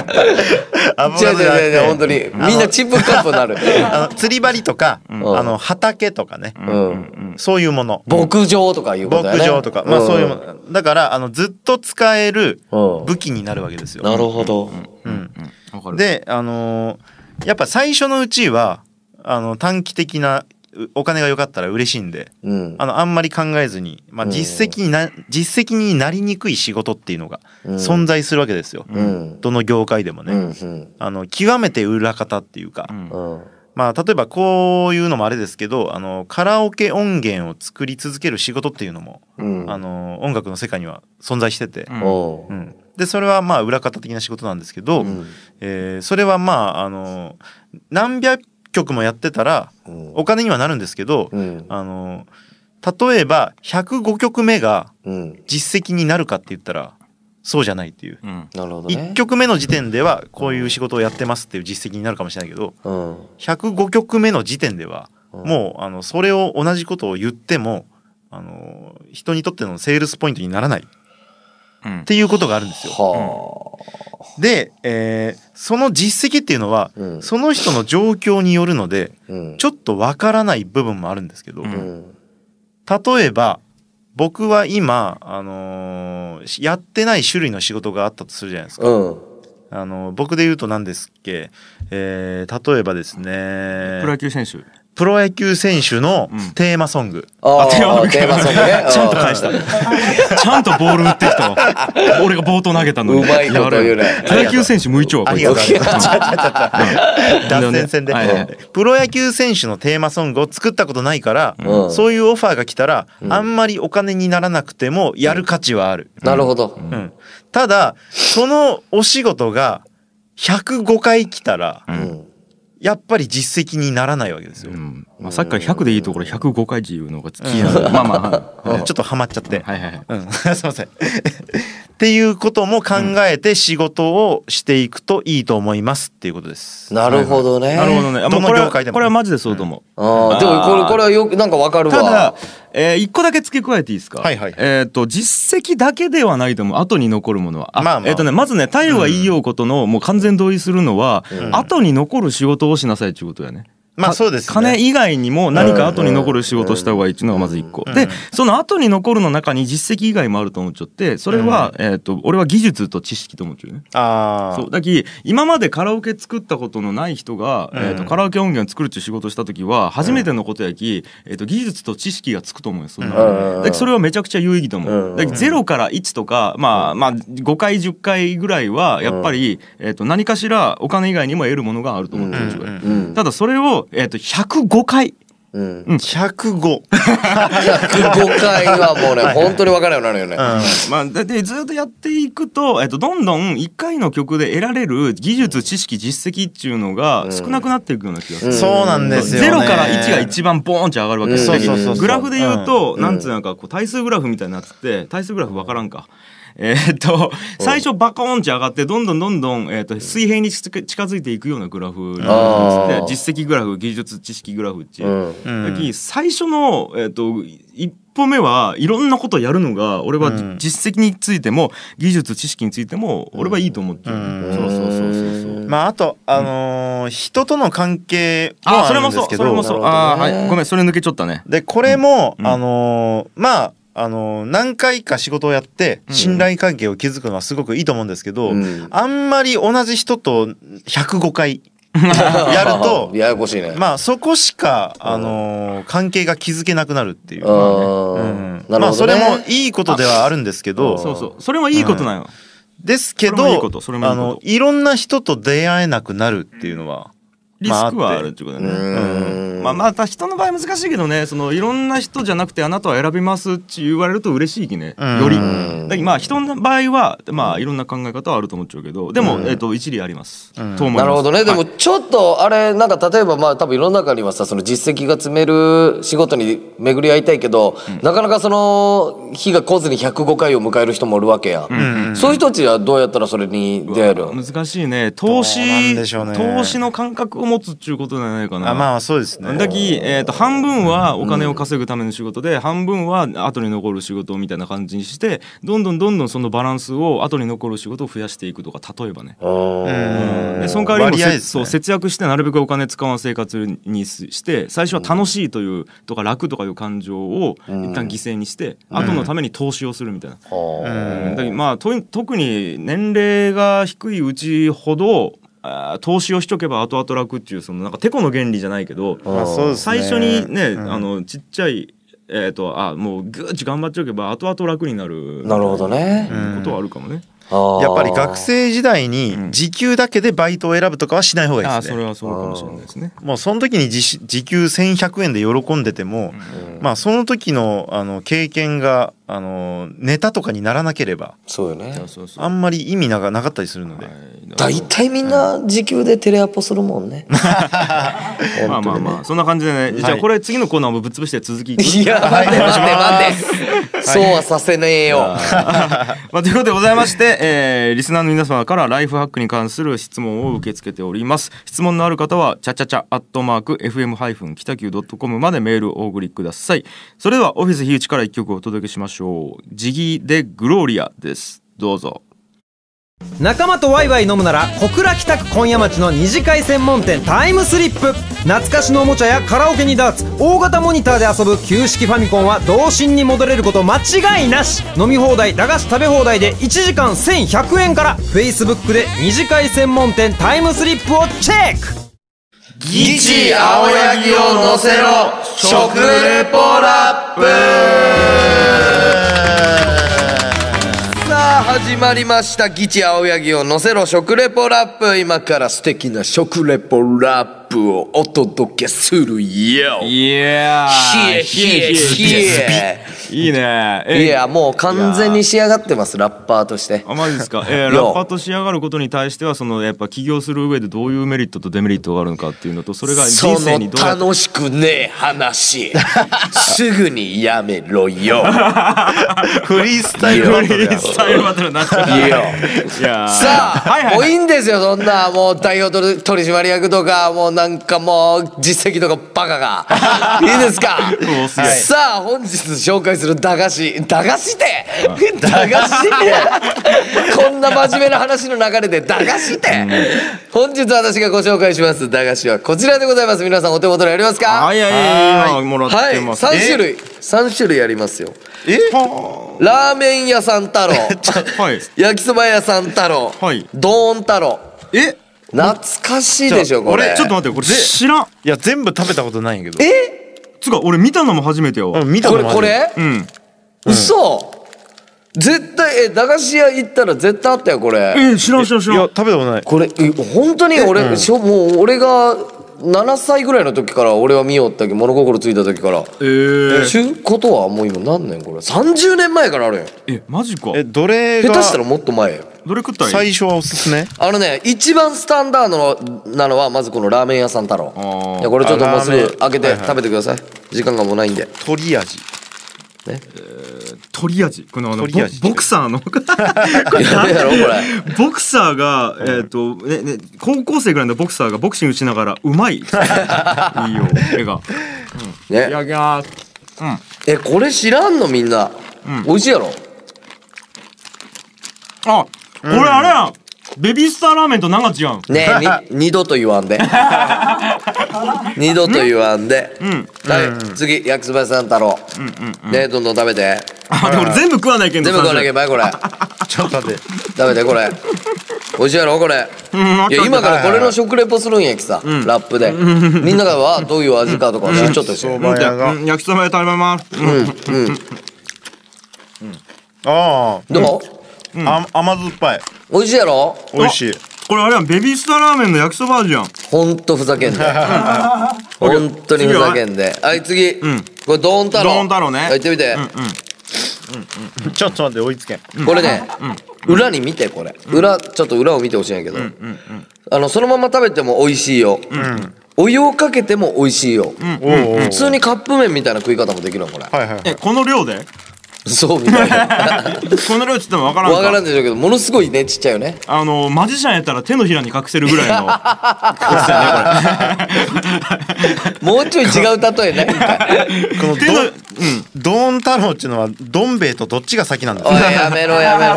ゃなくて本当にみんなチップカップになるあの釣り針とか、んあの畑とかね、うんそういうもの。牧場とかいうことだね牧場とか、まあそういうものだからあのずっと使えるうん武器になるわけですよ。なるほどうんわかるであのーやっぱ最初のうちはあの短期的なうお金が良かったら嬉しいんでうんあのあんまり考えずに、まあ、実績にな実績になりにくい仕事っていうのが存在するわけですよ。うんどの業界でもね、うんうんあの極めて裏方っていうか、うんうんまあ例えばこういうのもあれですけどあのカラオケ音源を作り続ける仕事っていうのもうんあの音楽の世界には存在してて、おううんでそれはまあ裏方的な仕事なんですけど、んえーそれはまああの何百曲もやってたらうんお金にはなるんですけど、うんあの例えば105曲目がうん実績になるかって言ったらそうじゃないっていう。うんなるほどね1曲目の時点ではこういう仕事をやってますっていう実績になるかもしれないけどうん105曲目の時点ではうんもうあのそれを同じことを言ってもあの人にとってのセールスポイントにならないうんっていうことがあるんですよ。はで、えーその実績っていうのは、うんその人の状況によるのであうんちょっとわからない部分もあるんですけど、うんうん例えば僕は今、あのーしやってない種類の仕事があったとするじゃないですか。うんあの僕で言うと何ですっけ、えー例えばですねプロ野球選手プロ野球選手のテーマソング、あテーマーテーマソングねちゃんと返した。ちゃんとボール打ってきたわ。俺がボート投げたのに。うまいこと言うねやるプロ野球選手向い ちょうわあこいりつがとうございます。ちゃちゃちゃちゃ脱線戦で、はいはいプロ野球選手のテーマソングを作ったことないから、うんそういうオファーが来たら、あんまりお金にならなくてもやる価値はある。なるほどうんただそのお仕事が105回来たら、うんやっぱり実績にならないわけですよ。うんまあ、さっきから100でいいところ105回っていうのが気になる、まあまあ、はいちょっとハマっちゃって、はいはいはいうん、 すいません。っていうことも考えて仕事をしていくといいと思いますっていうことです。なるほどね。なるほどねあもどうのこれ業界でもはこれはマジでそうと思う、あーでもこれこれはよくなんかわかるわ。ただ、えー、一個だけ付け加えていいですか、はいはいえっ、と実績だけではないと思う後に残るものは、まあまあえっ、とねまずね太陽が言いようことの、もう完全同意するのは、後に残る仕事をしなさいっていうことやねまあかそうですね金以外にも何か後に残る仕事をした方がいいっていうのがまず一個、でその後に残るの中に実績以外もあると思っちゃってそれは、えっ、と俺は技術と知識と思っちゃうねああそう。だき今までカラオケ作ったことのない人が、うんえー、とカラオケ音源を作るっていう仕事をした時は初めてのことやき、えー、と技術と知識がつくと思うよそんなのうんだきそれはめちゃくちゃ有意義と思う、うんだき0から1とか、まあまあ、5回10回ぐらいはやっぱり、えー、と何かしらお金以外にも得るものがあると思ってるんですようんうんうん。ただそれを、えー、と105回うん。 105。 105回はもうね、本当にわからなくなるよね。まあ、だってずっとやっていくと、えっと、どんどん1回の曲で得られる技術知識実績っていうのが少なくなっていくような気がする、うんそうなんですよね。ゼロから1が一番ボーンって上がるわけです、うんそうそうそうそうグラフで言うと、んなんつうのかこう対数グラフみたいになってて対数グラフ分からんか。えーっと最初バカオンって上がってどんどんどんどん、えーっと水平に近づいていくようなグラフになってあーて実績グラフ技術知識グラフっていう、うん。うんだき最初の、えーっと一歩目はいろんなことやるのが俺はうん実績についても技術知識についても俺はいいと思ってる、うんそうそうそうそうそうまああとあのー人との関係もあーそあれるもんでそすうけそれもど。そうなるあほどーねはいごめんそれ抜けちょったねでこれも、うんあのーまああのー何回か仕事をやってうん信頼関係を築くのはすごくいいと思うんですけど、うんあんまり同じ人と105回 やるとややこしいね。まあそこしか、あのー関係が築けなくなるっていう。あーうんなるほどね。まあそれもいいことではあるんですけどそうそうそれはいいことなんよ、ですけそれもいいどことそれもいいあことのいろんな人と出会えなくなるっていうのは、リスクはあるってことだね、うんまあまた人の場合難しいけどねそのいろんな人じゃなくてあなたは選びますって言われると嬉しいきねうんよりうんだけどまあ人の場合はまあいろんな考え方はあると思っちゃうけどでも、えっと一理あります、と思いますなるほどね。ではもいちょっと、あれ、なんか例えばまあ多分世の中にはさ、その実績が積める仕事に巡り合いたいけど、なかなかその日が来ずに105回を迎える人もおるわけや。そういう人たちはどうやったらそれに出会えるん難しいね投資どうなんでしょうね投資の感覚を持つっていうことじゃないかなあまあそうですね。だき、えー、と半分はお金を稼ぐための仕事で、半分は後に残る仕事みたいな感じにしてどんどんどんどんそのバランスを後に残る仕事を増やしていくとか例えばね。うんでその代わりに割も合せ、ですそねう節約してなるべくお金使わん生活にすして最初は楽しいという、とか楽とかいう感情を一旦犠牲にして、後のために投資をするみたいな。うんだけどまあと特に年齢が低いうちほどあー投資をしとけば後々楽っていうそのなんかてこの原理じゃないけど、まあそうですね最初にね、うんあのちっちゃいえっ、とあもうぐーっち頑張っておけば後々楽になるなるほどね。ことはあるかもね。ややっぱり学生時代に時給だけでバイトを選ぶとかはしない方がいいあですーそね。れはそうかもしれないですね。もうその時に時し時給1100円で喜んでても、まあその時のあの経験があのネタとかにならなければそうよね。そうそうあんまり意味ながなかったりするので、大体みんな時給でテレアポするもんね。まあまあまあそんな感じでね、じゃあこれ次のコーナーもぶっ潰して続きいきますいや、 待って待って待って。そうはさせねえよ。まあ、ということでございまして、えーリスナーの皆様からライフハックに関する質問を受け付けております質問のある方はチャチャチャアットマーク FM- 北九 .com までメールをお送りくださいそれではオフィス樋口から一曲をお届けしましょうジギーでグローリアですどうぞ仲間とワイワイ飲むなら小倉北区今夜町の二次会専門店タイムスリップ懐かしのおもちゃやカラオケにダーツ大型モニターで遊ぶ旧式ファミコンは童心に戻れること間違いなし飲み放題駄菓子食べ放題で1時間1100円から Facebook で二次会専門店タイムスリップをチェックギチ青柳を乗せろ食レポラップさあ始まりました「ギチ青柳を乗せろ食レポラップ」今から素敵な食レポラップをお届けするよいやヒエヒエヒエいいねえいやもう完全に仕上がってますラッパーとしてあマジですか、えー、いやラッパーと仕上がることに対してはそのやっぱ起業する上でどういうメリットとデメリットがあるのかっていうのとそれがそ人生にのどうやって楽しくねえ話すぐにやめろよフリースタイルいバやトルやフリースタイルバトルになっちゃったいいよいやーさあ、はいはいもうはいいいんですよそんなもう代表取取締役とかもうなんかもう実績とかバカがいいですかおすげえさあ本日紹介する駄菓子駄菓子店駄菓子店こんな真面目な話の流れで駄菓子店本日私がご紹介します駄菓子はこちらでございます皆さんお手元にありますかはいはいはい今もらっはてい、ます、三種類、三種類ありますよ。えラーメン屋さ ん太郎、はい焼きそば屋さん太郎、はいドーン太郎。え懐かしいでしょこれ。俺ちょっと待ってこれ知らんいや全部食べたことないんやけどえ、つうか俺見たのも初めてやわうん見たここれとこれ？うん嘘。絶対え駄菓子屋行ったら絶対あったよこえれ。ー、知らん知らん知いらやん食べたことないこれえ本当に俺、しょもう俺が7歳ぐらいの時から俺は見よったけ物心ついた時から。えー、ちゅうことはもう今何年これ30年前からあるよえマジかえどれ下が手したらもっと前よどれ食ったらい最い初はおすすめあのね一番スタンダードのなのはまずこのラーメン屋さん太郎あーいやこれちょっともうすあラーメぐン開けはていはい食べてください時間がもうないんで鳥味鳥味このあのボ鳥味ボクサーのこれやべえやろこれボクサーが、えっ、と、ね、ね、高校生ぐらいのボクサーがボクシングしながら、うまい。いいよ、絵が。いねやいや、えこれ知らんのみんなうん美味しいやろあ、これあれやん。ベビースターラーメンと何が違うん。ねえに二度と言わ んで二度と言わんでうん、はい次焼きそば屋さん太郎うん、うん。ねえどんどん食べて あ、でも俺全部食わないけん全部食わなきゃいけば。ないこれちょっと待って食べてこ れ美味しいやろこれうん、あいや今今かからこれの食レポするんやきさ、んラップで、みんながわどういう味かとかちょっとして、そうんば屋がうん、焼きそば屋食べます。うん、うん、あーでも、あ甘酸っぱい美味しいやろ美味しいこれあれやん、ベビースターラーメンの焼きそば味やん。ほんとふざけんで ほんとにふざけんではい次、んこれドーン太郎ドーン太郎ねはい行ってみてうん、、うん。ちょっと待って追いつけんこれね、裏に見てこれ裏ちょっと裏を見てほしいんやけど、あのそのまま食べても美味しいよ、お湯をかけても美味しいよ、おーおー普通にカップ麺みたいな食い方もできるのこれ、はいはいえ、この量 で。そうみたい なこの量っつってもわからんか。わからんでしょうけどものすごいねち っちゃいよねあのマジシャンやったら手のひらに隠せるぐ らいの大きさやねこれもうちょい違う例えね。 この手のどドーン太郎っていうのはどん兵衛とどっちが先なんですおいかやめろや め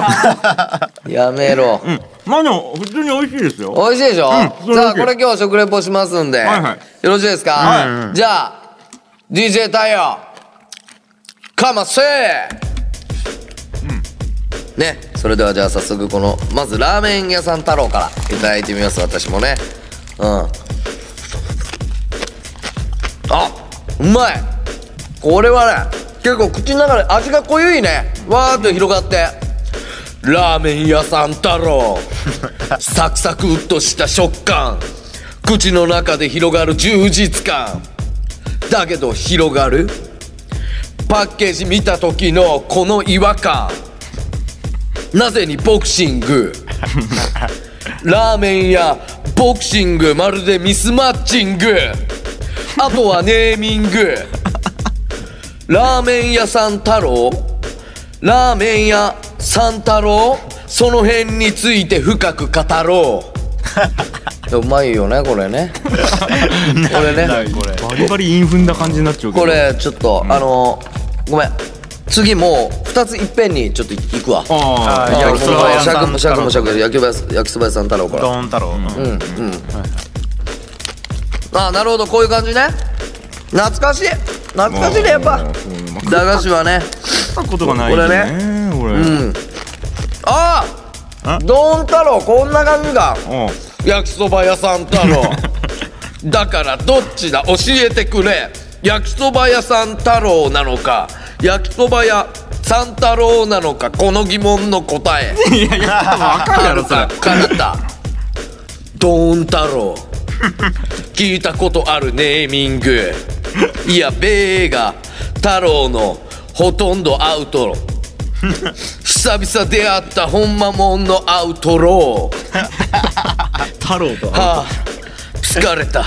ろ。やめろ。うんまあでも普通に美味しいですよ美味しいでしょ、うんじゃそれあこだれ今日食レポしますんで、はいはいよろしいですか、はじゃあ DJ 太陽かませねそれではじゃあ早速このまずラーメン屋さん太郎からいただいてみます私もねうんあうまいこれはね結構口の中で味が濃ゆいねわーっと広がってラーメン屋さん太郎サクサクっとした食感口の中で広がる充実感だけど広がるパッケージ見た時のこの違和感なぜにボクシングラーメンやボクシングまるでミスマッチングあとはネーミングラーメン屋さん太郎ラーメン屋さん太郎その辺について深く語ろ ううまいよねこれ ねこれねバリバリインフンな感じになっちゃうけどこれちょっと、あのごめん次もう2ついっぺんにちょっと行くわあああ焼きそば屋さ太郎んも尺も尺焼きそば屋さん焼きそば屋さん太郎からドーン太郎うんうんあなるほどこういう感じね懐かしい懐かしいねやっぱ駄菓子はね食ったことがないよね俺うんあああドーン太郎こんな感じかああ焼きそば屋さん太郎だからどっちだ教えてくれ焼きそば屋さん太郎なのか焼きそば屋さん太郎なのかこの疑問の答えいやいや分かるやろそれかるたドーン太郎聞いたことあるネーミングいやベーガ太郎のほとんどアウトロ久々出会ったほんまもんのアウトロー太郎とああ疲れた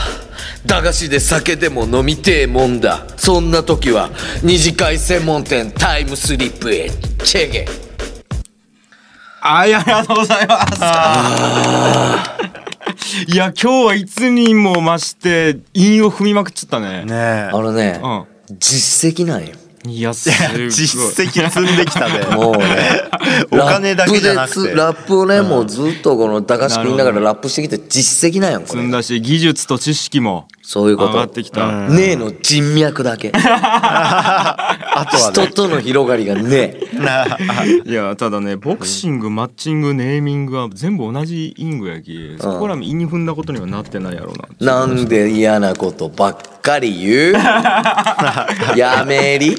駄菓子で酒でも飲みてえもんだそんな時は二次会専門店タイムスリップへチェゲあいありがとうございます。いや今日はいつにも増して韻を踏みまくっちゃったね。ねえあのね、うん実績なんよいやすごい。実績積んできたねもうね お金だけじゃなくてラップでつラップをね、もうずっとこの駄菓子食いながらラップしてきて実績なんよこ積んれだし技術と知識 もそういうこ上とがってきた。ねえの人脈だけあとは人ねとの広がりがねえいやただねボクシングマッチングネーミングは全部同じイングやきそこらも韻に踏んだことにはなってないやろうな。なんで嫌なことばっかり言うやめり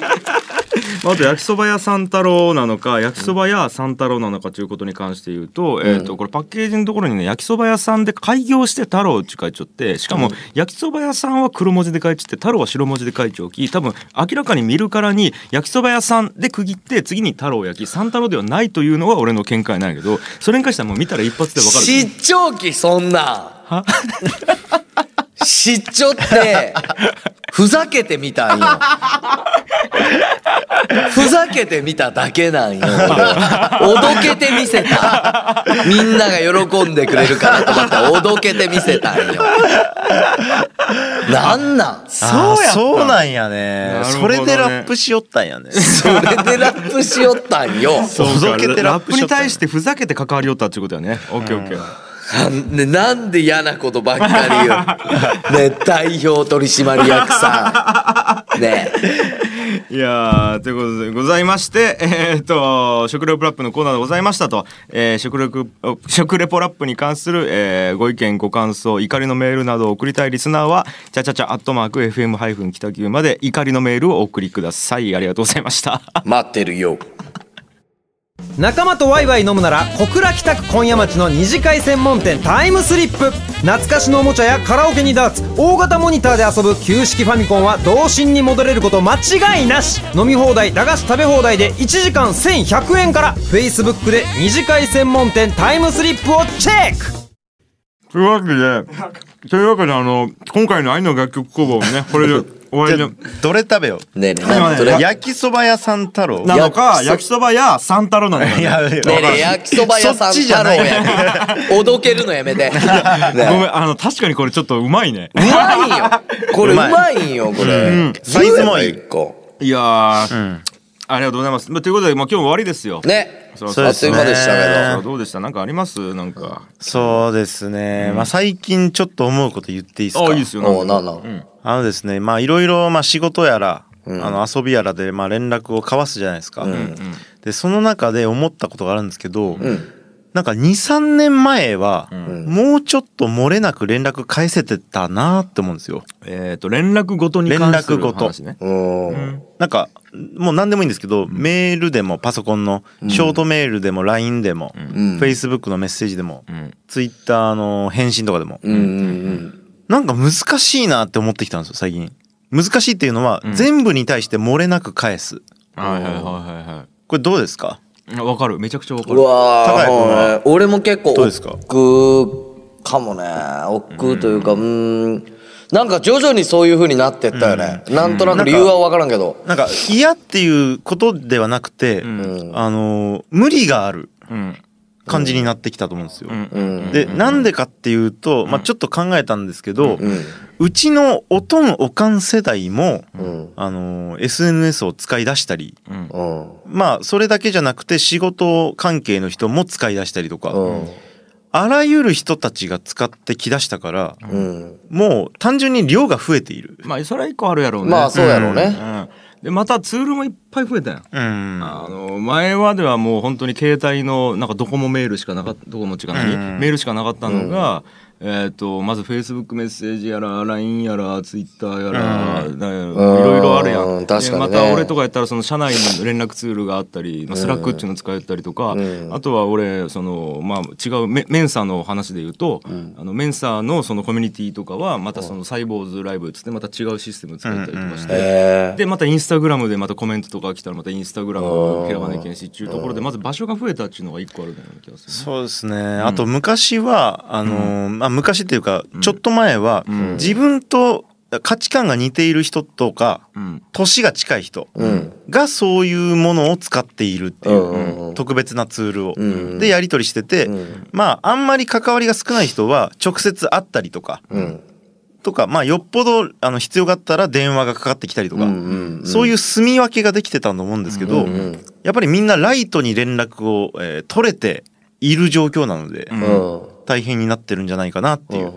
まああと焼きそば屋三太郎なのか焼きそば屋三太郎なのかということに関して言うと,、えー、とこれパッケージのところにね焼きそば屋さんで開業して太郎って書いちゃってしかも焼きそば屋さんは黒文字で書いちゃって太郎は白文字で書いちゃおき多分明らかに見るからに焼きそば屋さんで区切って次に太郎焼き三太郎ではないというのは俺の見解なんやけどそれに関してはもう見たら一発でわかる。失調期そんなん失調ってふざけてみたんよふざけてみただけなんよ俺おどけてみせたみんなが喜んでくれるかなと思っておどけてみせたんよなんなんそあーそうなんやねなるほそどねれでラップしよったんやねれでラップしよったんよそうかおどけてララップップしよにったんや対してふざけて関わりよったっていうことやね。オッケーオッケー。なんでなんで嫌なことばっかり言うね代表取締役さんねいやーということでございまして、えー、と食レポラップのコーナーでございましたと、えー食レポ食レポラップに関する、えーご意見ご感想怒りのメールなどを送りたいリスナーはチャチャチャアットマーク FM- 北九まで怒りのメールをお送りくださいありがとうございました。待ってるよ仲間とワイワイ飲むなら小倉北区今夜町の二次会専門店タイムスリップ懐かしのおもちゃやカラオケにダーツ大型モニターで遊ぶ旧式ファミコンは童心に戻れること間違いなし飲み放題駄菓子食べ放題で1時間1100円から Facebook で二次会専門店タイムスリップをチェックというわけでというわけであの今回の愛の楽曲工房も ねこれで終わじゃあどれ食べよねえねえなんとうね焼きそば屋さん太郎なのか焼焼きそばや三太郎なのか、ね、やべえねえねえ焼きそば屋さんそっちじゃ太郎ないやけどおどけるのやめてねごめんあの確かにこれちょっとうまいね。うまいんよこれうまいんよこれサイズもいいずる個いやー、ありがとうございます。まあということで、まあ、今日も終わりですよ。ねそろそあろっという間でしたけそろそどろどうでしたなんかありますなんか。そうですね、まあ最近ちょっと思うこと言っていいですかあいいですよ。おうななんんかなんうんあのですねまあいろいろまあ仕事やら、んあの遊びやらでまあ連絡を交わすじゃないですか、でその中で思ったことがあるんですけど、んなんか23年前は、もうちょっと漏れなく連絡返せてたなって思うんですよえっ、と、連絡ごとに関する連絡ご話とね。うんなんかもう何でもいいんですけど、メールでもパソコンのショートメールでも LINE でも、ん Facebook のメッセージでも、ん Twitter の返信とかでも、うんうんなんか難しいなって思ってきたんですよ最近難しいっていうのは、全部に対して漏れなく返すはいはいはいはいはこれどうですかいあ。わかる。めちゃくちゃわかうんる。う高い方わはー俺も結構どうですか億劫かもね億劫というかうーんなんか徐々にそういう風になってったよねなんとなく理由は分からんけどなんか嫌っていうことではなくて、あのー無理があるうん。感じになってきたと思うんですよ。うん。うんでなんでかっていうと、まあ、ちょっと考えたんですけど、ううんちのおとんおかん世代も、うんあのー SNS を使い出したりうん。うんまあそれだけじゃなくて仕事関係の人も使い出したりとか、うんあらゆる人たちが使ってきだしたから、うんもう単純に量が増えている。まあ、それは一個あるやろうね。まあそうやろううねん。で、またツールもいっぱい増えたやん。うんあの前まではもう本当に携帯のなんかドコモメールしかなかったドコモっていうか何、メールしかなかったのが、えー、とまずフェイスブックメッセージやら LINE やらツイッターやら、だんいろいろあるやんうん確かにねでまた俺とかやったらその社内の連絡ツールがあったり、まあ、スラックっていうの使えたりとか、あとは俺その、まあ、違うメメンサーの話で言うと、あのメンサーのそのコミュニティとかはまたそのサイボーズライブっつってまた違うシステム使ったりとかして、えでまたインスタグラムでまたコメントとか来たらまたインスタグラムを開かなきゃいけんしっていうところでまず場所が増えたっていうのが一個あるような気がする、ね。そうですね、あと昔はあのーまあ、昔っていうかちょっと前は、ん自分と価値観が似ている人とかうん年が近い人ーうんがそういうものを使っているっていう、うんうんうん特別なツールを、んでやり取りしてて、んまああんまり関わりが少ない人は直接会ったりとか、うんとか、まあ、よっぽどあの必要があったら電話がかかってきたりとか、うんうんうんそういう住み分けができてたと思うんですけど、うんやっぱりみんなライトに連絡を、えー取れている状況なので、うんうん大変になってるんじゃないかなっていう。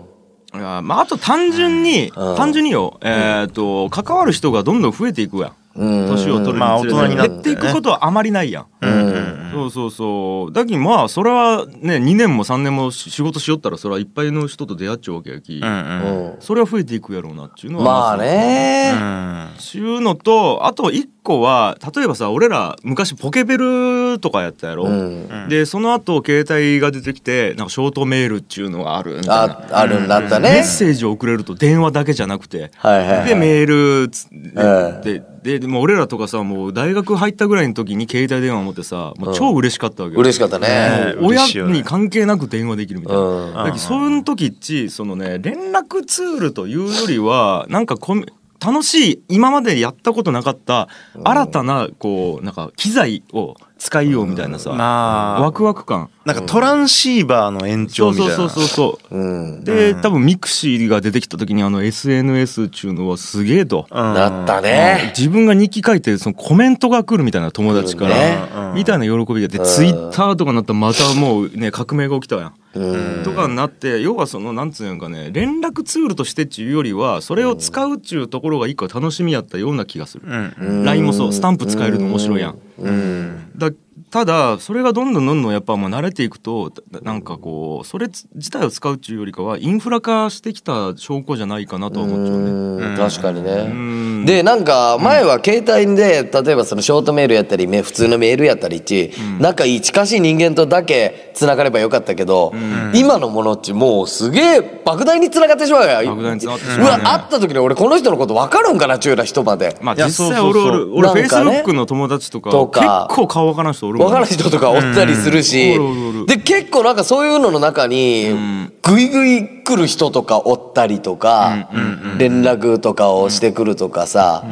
いやまあ、あと単純に、うん単純によ、えっ、と関わる人がどんどん増えていくやんうん年を取るにつれて、まあ大人になってね減っていくことはあまりないやん、うんそうそうそうだけどまあそれはね2年も3年もし仕事しよったらそれはいっぱいの人と出会っちゃうわけやき、うんうんうんそれは増えていくやろうなっていうのはまあうねんちゅうのとあと一個は例えばさ俺ら昔ポケベルとかやったやろ、うんんでその後携帯が出てきてなんかショートメールっちゅうのがあるみたいなああるんだったメねッセージを送れると電話だけじゃなくて、はいはいはいでメールつで,、えでででも俺らとかさもう大学入ったぐらいの時に携帯電話持ってさもう超嬉しかったわけよ、嬉しかったねねもう嬉しい親よねに関係なく電話できるみたいな。うんだけどその時っちそのね連絡ツールというよりはなんかコミ楽しい今までやったことなかった新たなこうなんか機材を使いようみたいなさ、まあワクワク感なんかトランシーバーの延そ長うみたいそうなそうそうそううんで、多分ミクシーが出てきた時にあの SNS っちゅうのはすげえと、うんなったね自分が日記書いてそのコメントが来るみたいな友達から、ねうんみたいな喜びがで、ツイッターとかになったらまたもうね革命が起きたやん。うんとかになって要はそのなんつうんかね連絡ツールとしてっちゅうよりはそれを使うっちゅうところが一個楽しみやったような気がする。うん LINE もそうスタンプ使えるの面白いやん。うんだただそれがどんどんどんどんやっぱもう慣れていくとだなんかこうそれつ自体を使うっていうよりかはインフラ化してきた証拠じゃないかなとは思っちゃうね。うん確かにんねでなんか前は携帯で例えばそのショートメールやったりめ普通のメールやったりっち仲いい近しい人間とだけつながればよかったけど今のものっちもうすげえ莫大につながってしまうやん莫大に繋がってしまううねわ会った時に俺この人のこと分かるんかなっちゅうような人までまあいや実際そう俺そうそう俺俺フェイスなんブッかねクの友達とかとか結構顔わからん人おる分からん人人とかおったりするし、うんおるおるおるで結構なんかそういうのの中にグイグイ来る人とかおったりとか、連絡とかをしてくるとかさ、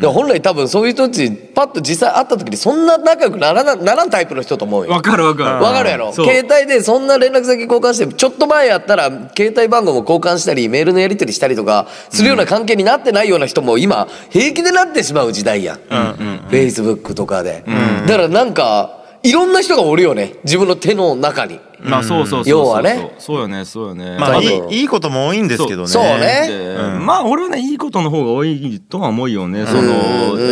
で本来多分そういう人たちパッと実際会った時にそんな仲良くならなならんタイプの人と思うよ。わかるわかるわかるやろそう携帯でそんな連絡先交換してちょっと前やったら携帯番号も交換したりメールのやり取りしたりとかするような関係になってないような人も今平気でなってしまう時代やん、フェイスブックとかで、だからなんかいろんな人がおるよね自分の手の中にまあそうそうそうそう要はねそうよねそうよねまあいあといいいことも多いんですけどねそうねでまあ俺はねいいことの方が多いとは思うよねその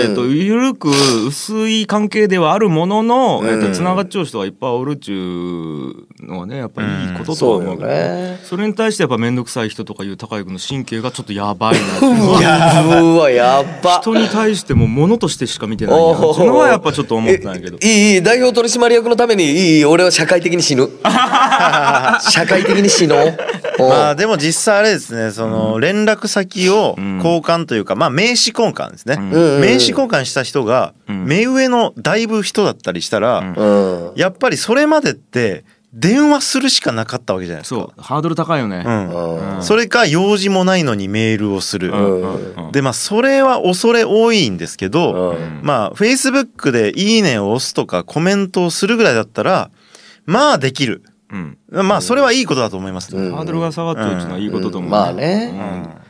えっと緩く薄い関係ではあるもののえっとつながっちゃう人がいっぱいおるっちゅうのはねやっぱりいいこととは思うけどうんそうよねそれに対してやっぱ面倒くさい人とかいう高井君の神経がちょっとやばいなって いうのはうわやっば人に対しても物としてしか見てないなっていうのはやっぱちょっと思ったんやけどえいいいい代表取締役のためにいいいい俺は社会的に 死ぬ社会的に死のうおうまあでも実際あれですねその連絡先を交換というか、まあ名刺交換ですね、ん名刺交換した人が目上のだいぶ人だったりしたら、うんやっぱりそれまでって電話するしかなかったわけじゃないですか。そうハードル高いよね、うんそれか用事もないのにメールをする、でまあそれは恐れ多いんですけど、まあ Facebook で「いいね」を押すとかコメントをするぐらいだったらまあできるうんまあそれはいいことだと思います、ハードルが下がってるっていうのはいいことと思う、まあねうん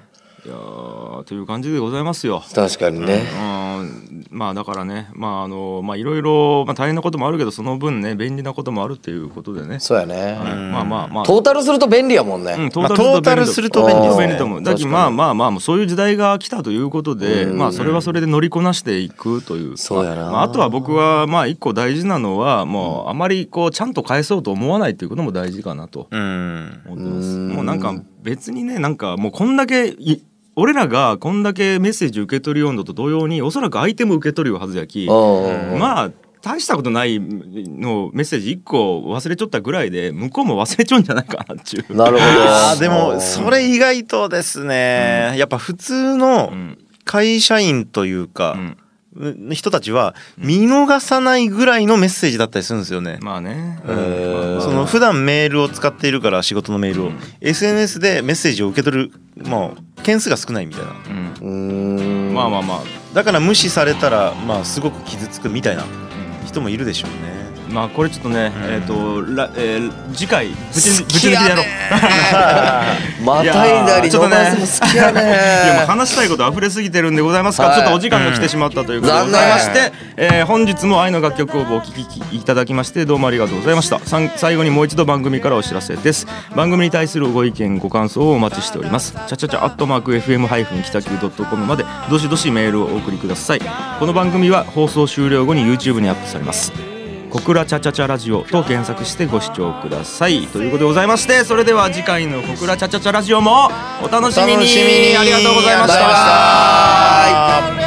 いやーという感じでございますよ確かにねうんまあだからねまああのまあいろいろまあ大変なこともあるけどその分ね便利なこともあるっていうことでね、そうやね、はいまあまあまあトータルすると便利やもんね、うん、まあトータルすると便利ですね便利と思うだけど確かにまあまあまあもうそういう時代が来たということで、まあそれはそれで乗りこなしていくというそうやなまあ、あとは僕はまあ一個大事なのはもうあまりこうちゃんと返そうと思わないっていうことも大事かなとうん思ってますもうなんか別にねなんかもうこんだけい俺らがこんだけメッセージ受け取る温度と同様におそらく相手も受け取るはずやきうんうんうんまあ大したことないのをメッセージ1個忘れちゃったぐらいで向こうも忘れちゃうんじゃないかなっていう。なるほどあーでもそれ意外とですね、やっぱ普通のうん会社員といううか、ん人たちは見逃さないぐらいのメッセージだったりするんですよね。まあね、ーその普段メールを使っているから仕事のメールを、SNS でメッセージを受け取るまあ件数が少ないみたいなうんうーんまあまあまあ、だから無視されたらまあすごく傷つくみたいな人もいるでしょうねまあこれちょっとね、えっ、とら、えー次回ぶちぶち抜きでやろう。またいだりちょっとね野田さんも好きやね いやもう話したいこと溢れすぎてるんでございますが、はいちょっとお時間が来てしまったということでございまして、えー本日も愛の楽曲をお聴きいただきましてどうもありがとうございましたさん最後にもう一度番組からお知らせです番組に対するご意見ご感想をお待ちしておりますチャチャチャアットマーク FM ハイフン北九ドットコムまでどしどしメールをお送りくださいこの番組は放送終了後に YouTube にアップされます小倉チャチャチャラジオと検索してご視聴くださいということでございましてそれでは次回の小倉チャチャチャラジオもお楽しみにお楽しみにありがとうございましたバイバイ